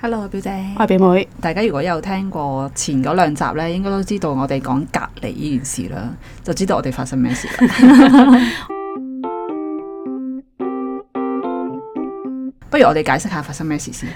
Hello，表姐。我係表妹， 大家如果有聽過前嗰兩集呢，應該都知道我哋講隔離呢件事啦，就知道我哋發生咩事 啦。不如我哋解釋下發生咩事先。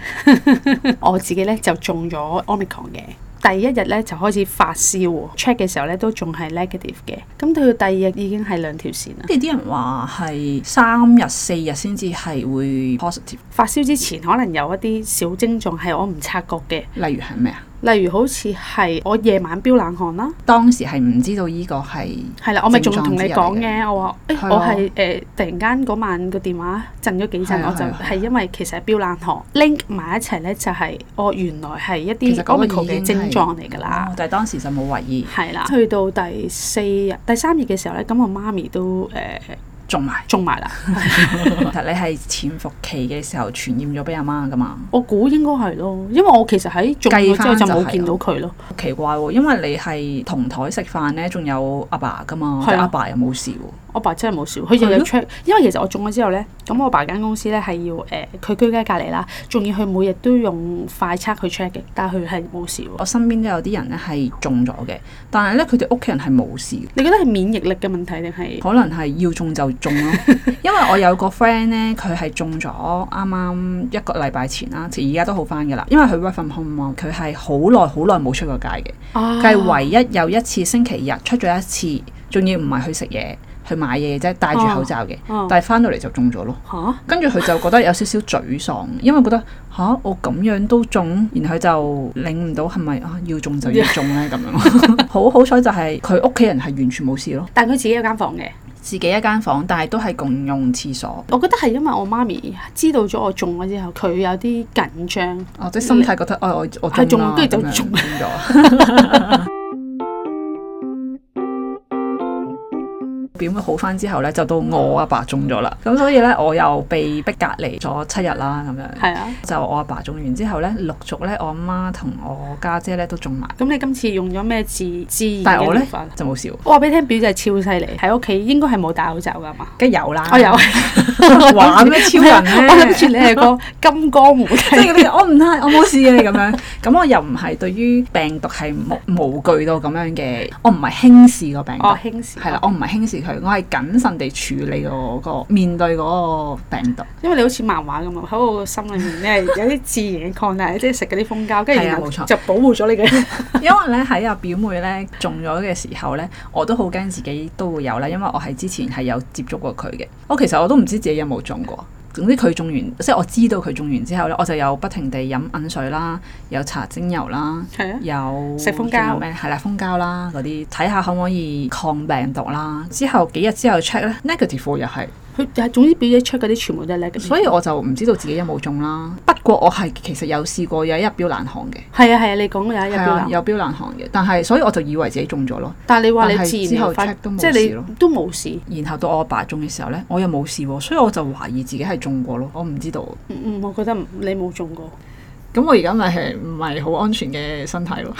我自己咧就中咗 Omicron 嘅。第一日咧就開始發燒喎，check 嘅時候咧都仲係 negative 嘅，咁到第二日已經係兩條線啦。即係啲人話係三日四日先至係會 positive，發燒之前可能有一啲小症狀係我唔察覺嘅，例如係咩啊？例如好似係我夜晚飆冷汗啦，當時係唔知道呢個係係啦，我咪仲症狀同你之一嚟講嘅嘅，我話誒、係我啊係誒、呃突然間嗰晚個電話震咗幾係啊陣，我就係啊係啊係因為其實係飆冷汗 link 埋一齊咧就係、我原來係一其啲實嗰個 Omicron 已嘅經症係狀嚟㗎啦。哦但係當時就冇懷疑係啦，去到第四日、第三日嘅時候咧，咁我媽咪都誒、呃、中 埋。中埋啦。其實你係潛伏期嘅時候傳染咗俾阿媽噶嘛？我估應該係咯，因為我其實喺中咗之計後就返就係冇咯見到佢咯。奇怪喎，因為你係同台食飯咧，仲有阿爸噶嘛，係啊但阿爸又冇事喎。我爸真係冇事，佢日係日咯 check。因為其實我中咗之後咧，咁我爸間公司咧係要誒，呃佢、居家隔離啦，仲要佢每日都用快測去 check 嘅，但係佢係冇事喎。我身邊都有啲人咧係中咗嘅，但係咧佢哋屋企人係冇事嘅，你覺得係免疫力嘅問題定係？可能係要中就中 咯。因為我有個 friend 咧，佢係中咗啱啱一個禮拜前啦，而家都好翻噶啦。因為佢 work from home 啊佢係好耐好耐冇出過街嘅。啊佢係唯一有一次星期日出咗一次，仲要唔係去食嘢，去買嘢啫，戴住口罩嘅，哦但係翻到嚟就中咗咯。嚇跟住佢就覺得有少少沮喪，因為覺得吓、我咁樣都中，然後佢就領唔到係咪啊要中就要中咧咁樣。 好好彩就係佢屋企人係完全冇事咯，但係佢自己有間房嘅，自己一間房，但係都係共用廁所，我覺得係因為我媽咪知道咗我中咗之後，佢有啲緊張。哦即係心態覺得哎我我係中嗯中啦，跟住就咁樣中咗。 表妹好翻之後咧，就到我阿爸中咗啦，咁所以咧我又被逼隔離咗七日啦，咁樣。係啊，就我阿爸中完之後咧，陸續咧我阿媽同我家姐咧都中埋，咁你今次用咗咩自自然但係嘅我咧療法？就冇笑，我話俾你聽，表姐超犀利，喺屋企應該係冇戴口罩噶嘛。梗係有啦，哦我有， 玩咩超人我諗住咧？你 係個金剛狐即係嗰啲哦我唔得，我冇事嘅你咁樣，咁我又唔係對於病毒係無無懼到咁樣嘅，我唔係輕視個病毒哦，，輕視係啦，我唔係輕視佢，我係謹慎地處理嗰個面對嗰個病毒，因為你好似漫畫咁啊，喺我個心裏面咧有啲自然嘅抗體，即係食嗰啲蜂膠，跟住係啊然後冇錯就保護咗 你嘅。因為咧喺阿表妹咧中咗嘅時候咧，我都好驚自己都會有啦，因為我係之前係有接觸過佢嘅。我其實我都唔知自己有冇中過。總之佢中完，即係我知道佢中完之後咧，我就有不停地飲銀水啦，有搽精油啦，係啊，有食蜂膠仲有咩係啦，蜂膠啦嗰啲，睇下可唔可以抗病毒啦。之後幾日之後 check 咧，negative 喎又係，佢係總之表姐出嗰啲全部都係 negative。所以我就唔知道自己有冇中啦。不過我係其實有試過有一日飆冷汗嘅，係啊係啊，你講有一日係表啊冷，有飆冷汗嘅，但係所以我就以為自己中咗咯。但係你話你但係自然之後療法 check 都冇事即係咯你都冇事。然後到我阿爸中嘅時候呢，我又冇事喎，所以我就懷疑自己係中過咯，我唔知道。嗯嗯，我覺得唔你冇中過。咁我而家咪係唔係好安全嘅身體咯？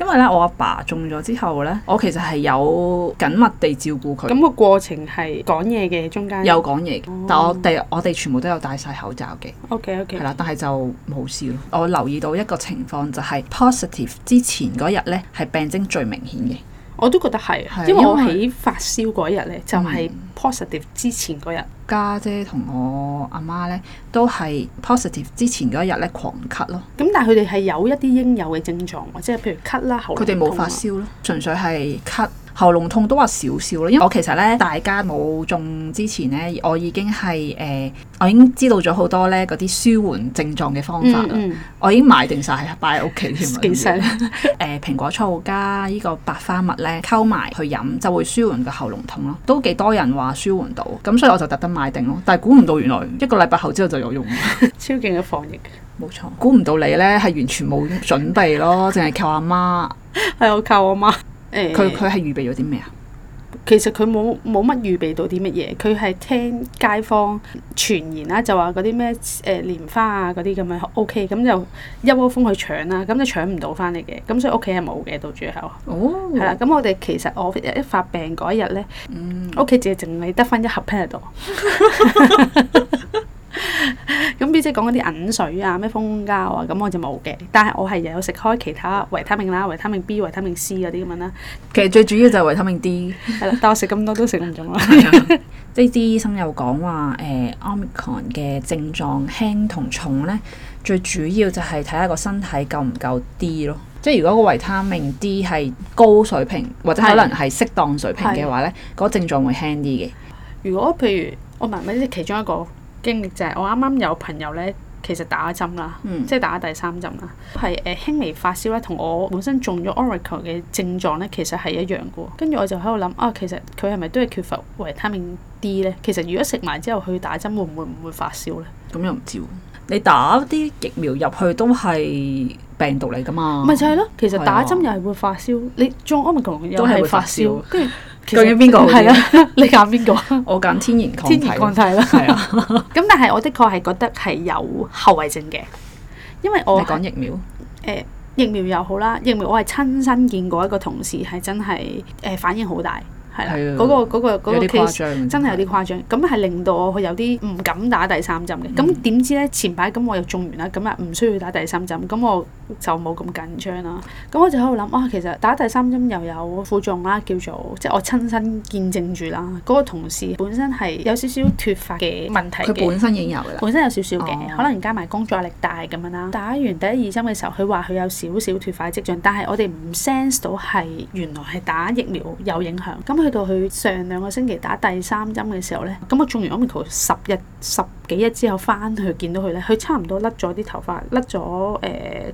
因為呢，我阿爸中咗之後呢，我其實係有緊密地照顧佢，咁個過程係講嘢嘅中間。有講嘢嘅，但我哋我哋全部都有戴晒口罩嘅， OK OK 係。啦，但係就冇事咯。我留意到一個情況就係 positive 之前嗰日呢，係病徵最明顯嘅。我都覺得係係，因為我因為嗯喺發燒嗰一日咧，就係 positive 之前嗰日，家姐同我阿媽呢，都係 positive 之前嗰一日呢，狂咳咯。咁但係佢哋係有一啲應有嘅症狀喎，即係譬如咳啦、喉嚨佢哋冇痛啊發，燒咯，純粹係咳。喉嚨痛都話少少咯，因為我其實咧，大家冇中之前咧，我已經係誒、呃我已經知道咗好多咧嗰啲舒緩症狀嘅方法嗯啦，嗯，我已經買定晒喺擺喺屋企添啊。幾犀利， 誒、蘋果醋加呢個白花蜜咧，溝埋去飲就會舒緩個喉嚨痛咯，都幾多人話舒緩到，咁所以我就特登買定咯，但係估唔到原來一個禮拜後之後就有用。超勁嘅防疫，冇錯，估唔到你咧係完全冇準備咯，淨係靠阿媽，係我靠我媽。誒，佢佢係預備咗啲咩啊？其實佢冇冇乜預備到啲乜嘢，佢係聽街坊傳言啦，就話嗰啲咩誒蓮花啊嗰啲咁樣 OK，咁就一窩蜂去搶啦，咁就搶唔到翻嚟嘅，咁所以屋企係冇嘅到最後。哦，係啦，咁我哋其實我一發病嗰一日咧，屋企淨係淨係得翻一盒 Panadol。 咁表姐講嗰啲銀水啊、咩蜂膠啊，咁我就冇嘅。但係我係有食開其他維他命啦、維他命 B、維他命 C 嗰啲咁樣啦，其實最主要就係維他命 D。係啦。但我食咁多都食唔中啦。即係啲醫生有講話誒 Omicron 嘅症狀輕同重咧，最主要就係睇下個身體夠唔夠 D 咯。即係如果個維他命 D 係高水平，或者可能係適當水平嘅話咧，嗰症狀會輕啲嘅。如果譬如哦我媽咪即其中一個經歷就係我啱啱有朋友咧，其實打針啦，嗯即係打第三針啦，係誒、呃、輕微發燒咧，同我本身中咗 Oracle 嘅症狀咧，其實係一樣嘅喎。跟住我就喺度諗啊，其實佢係咪都係缺乏維他命 D 咧？其實如果食埋之後去打針，會唔會唔會發燒咧？咁又唔知喎。你打啲疫苗入去都係病毒嚟㗎嘛？咪、就係咯，其實打針哦係啊又係會發燒，你中 Omicron 又都係係會發發燒燒，跟住其究實竟邊個好啲係啊？你揀邊 個？我揀天然抗體天然抗體啦。係啊， 咁但係我的確係覺得係有後遺症嘅，因為你我講疫苗誒疫苗又好啦，疫苗我係親身見過一個同事係真係誒、反應好大，係啦，係啊嗰、個嗰、個嗰、有個啲誇 case 張，真係有啲誇張，咁係令到我有啲唔敢打第三針嘅。嗯咁點、知咧前排咁我又中完啦，咁啊唔需要打第三針，咁我就冇咁緊張啦。咁我就喺度諗啊，其實打第三針又有副作用啦，叫做即係我親身見證住啦。嗰、個同事本身係有少少脱發嘅問題佢嘅。本身已經有㗎啦。本身有少少嘅，哦可能加埋工作壓力大咁樣啦。打完第一二針嘅時候，佢話佢有少少脱髮跡象，但係我哋唔 sense 到係原來係打疫苗有影響。咁去到佢上兩個星期打第三針嘅時候呢，咁我中完 Omicron 十日十幾日之後翻去見到佢呢，佢差唔多甩咗啲頭髮，甩咗誒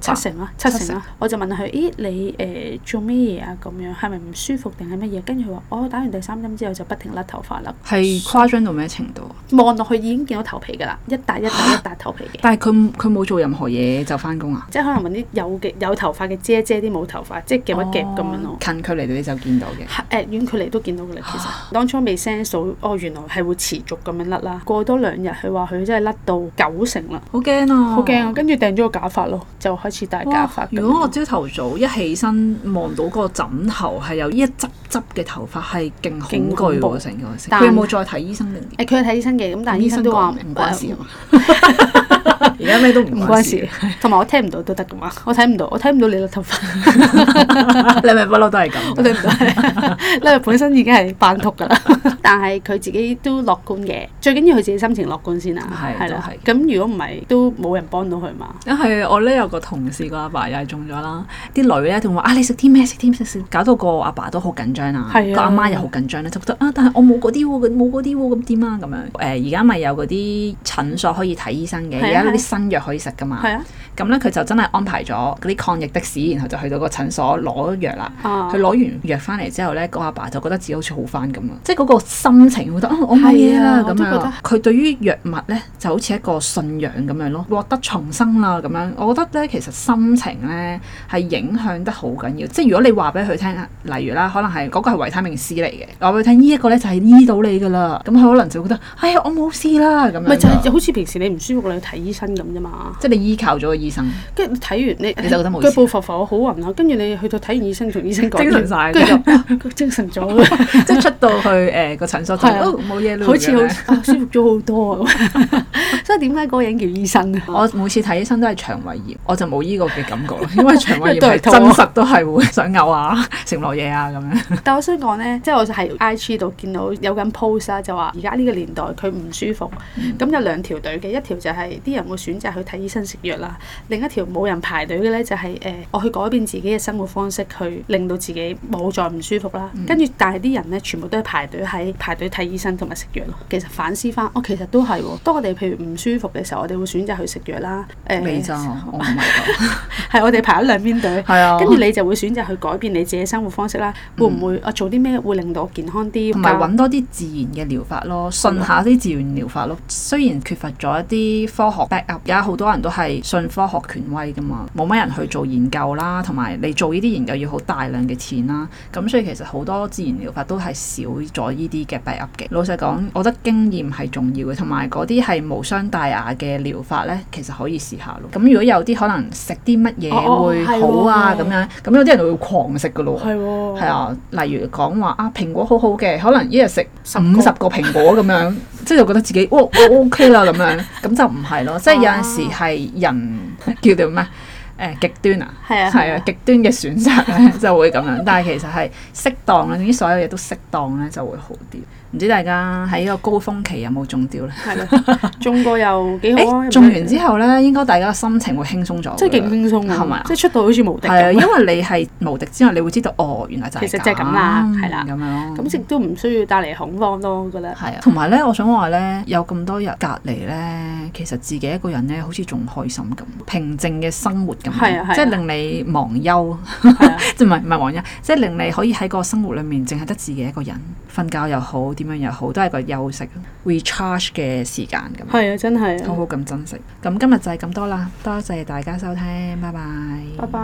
七成啦，七成啦。我就問佢：咦，你誒、呃做咩嘢啊？咁樣係咪唔舒服定係乜嘢？跟住佢話：我打完第三針之後就不停甩頭髮啦，係誇張到咩程度啊？望落去已經見到頭皮㗎啦，一笪一笪一笪頭皮嘅。但係佢佢冇做任何嘢就翻工啊？即係可能揾啲有嘅有頭髮嘅遮遮啲冇頭髮，即係夾一夾咁樣哦咯。近距離你就見到嘅。係誒遠距離都見到㗎啦，其實當初未 sense 到，哦原來係會持續咁樣甩啦。過多兩日，佢話佢真係甩到九成啦，好驚啊！好驚啊！啊跟住訂咗個假髮咯，就開始戴假髮哇咁樣。如果我朝頭早一起身望到個枕頭係有呢一執執嘅頭髮，係勁勁恐恐懼怖喎成件事。但佢有冇再睇醫生定點？誒佢係睇醫生嘅，咁但係醫生都話講唔關事誒 啊嘛。而家咩都唔唔關關事 事，，同埋我聽唔到都得㗎嘛，我睇唔到，我睇唔到你甩頭髮，你咪不嬲都係 我 咁。睇唔到，因為本身已經係扮秃㗎啦。但係佢自己都樂觀嘅，最緊要佢自己心情樂觀先啦，係啦都係。咁如果唔係，都冇人幫到佢嘛。因係我咧有個同事個阿爸又係中咗啦，啲女咧仲話啊你食啲咩食啲咩食食，搞到個阿爸都好緊張啊，係啊個阿媽又好緊張咧，就覺得啊但係我冇嗰啲喎，冇嗰啲喎咁點啊咁樣。誒而家咪有嗰啲診所可以睇醫生嘅，係啊而家嗰係啊啲新藥可以食噶嘛。係啊，咁咧佢就真係安排咗嗰啲抗疫的士，然後就去到個診所攞藥啦。啊佢攞完藥翻嚟之後咧，個阿爸就覺得自己好似好翻咁啦，啊即係嗰個心情會覺得啊，我冇嘢係啊啦我咁都覺得樣。佢對於藥物咧就好似一個信仰咁樣咯，獲得重生啦咁樣。我覺得咧其實心情咧係影響得好緊要，即係如果你話俾佢聽，例如啦，可能係嗰、個係維他命 C 嚟嘅，話俾佢聽呢一個咧就係醫到你噶啦，咁佢可能就會覺得哎呀我冇事啦咁樣。咪就係好似平時你唔舒服你去睇醫生咁啫嘛。即係你依靠咗個醫生。跟住睇完你你就覺得冇事腳步浮浮好暈啦，跟住你去到睇完醫生，同醫生講精神 完晒跟住就 啊佢精 神咗啦，即係出到去誒個診所就係啊哦冇嘢啦，好似咁樣好啊舒服咗好多啊 咁。所以點解嗰個人叫醫生啊？ 我每次睇醫生都係腸胃炎，我就冇依個嘅感覺 啦，因為腸胃炎都係係肚真實都係會想嘔啊，食唔落嘢啊咁樣。但我想講咧，即係我就係 IG 度見到有緊 post 啊啦，就話而家呢個年代佢唔舒服，咁、有兩條隊嘅，一條就係啲人會選擇去睇醫生食藥啦，另一條冇人排隊嘅咧就係、呃我去改變自己嘅生活方式，去令到自己冇再唔舒服啦。跟住、但係啲人咧全部都係排隊喺排隊睇醫生同埋食藥咯。其實反思翻，我、其實都係喎。當我哋譬如唔舒服嘅時候，我哋會選擇去食藥啦。誒、未咋，我唔係係我哋排咗兩邊隊。係啊，跟住你就會選擇去改變你自己生活方式啦。會唔會啊做啲咩會令到我健康啲？嗯同埋揾多啲自然嘅療法啊咯，信下啲自然療法咯。雖然缺乏咗一啲科學 back up，而家好多人都係信科學權威噶嘛，冇乜人去做研究啦，同埋你做呢啲研究要好大量嘅錢啦，咁所以其實好多自然療法都係少咗呢啲嘅 back up 嘅。老實講，我覺得經驗係重要嘅，同埋嗰啲係無傷大雅嘅療法呢，其實可以試下咯。咁如果有啲可能食啲乜嘢哦哦會係好啊喎咁樣，咁有啲人會狂食噶咯喎。係喎，啊係，啊，例如講話啊，蘋果好好嘅，可能一日食十五個十個蘋果咁樣， 即係就覺得自己我我 OK 啦咁 樣，咁就唔係哦咯。即係有陣時係人叫做咩？誒極端啊，係啊係係啊啊，極端嘅選擇咧 就會咁樣，但係其實係適當啦，總之所有嘢都適當咧就會好啲。唔知大家喺呢個高峰期有冇中招咧？係啦，中過又幾好 啊！誒，中完之後咧，應該大家嘅心情會輕鬆咗㗎啦，即係勁輕鬆係咪啊啊，即係出到好似無敵係啊，咁。因為你係無敵之後，你會知道哦，原來就係其實就係咁啦係啦咁樣咯。咁亦都唔需要帶嚟恐慌咯，我覺得。係啊，同埋咧，我想話咧，有咁多日隔離咧，其實自己一個人咧，好似仲開心咁，平靜嘅生活咁樣，係啊係啊即係令你忘憂，係啊 即係唔係唔係忘憂，即係令你可以喺個生活裡面，淨係得自己一個人，瞓覺又好，點樣又好，都係個休息 recharge 嘅時間咁樣，係啊，真係好啊。好咁珍惜。咁今日就係咁多啦，多謝大家收聽，拜拜。拜拜。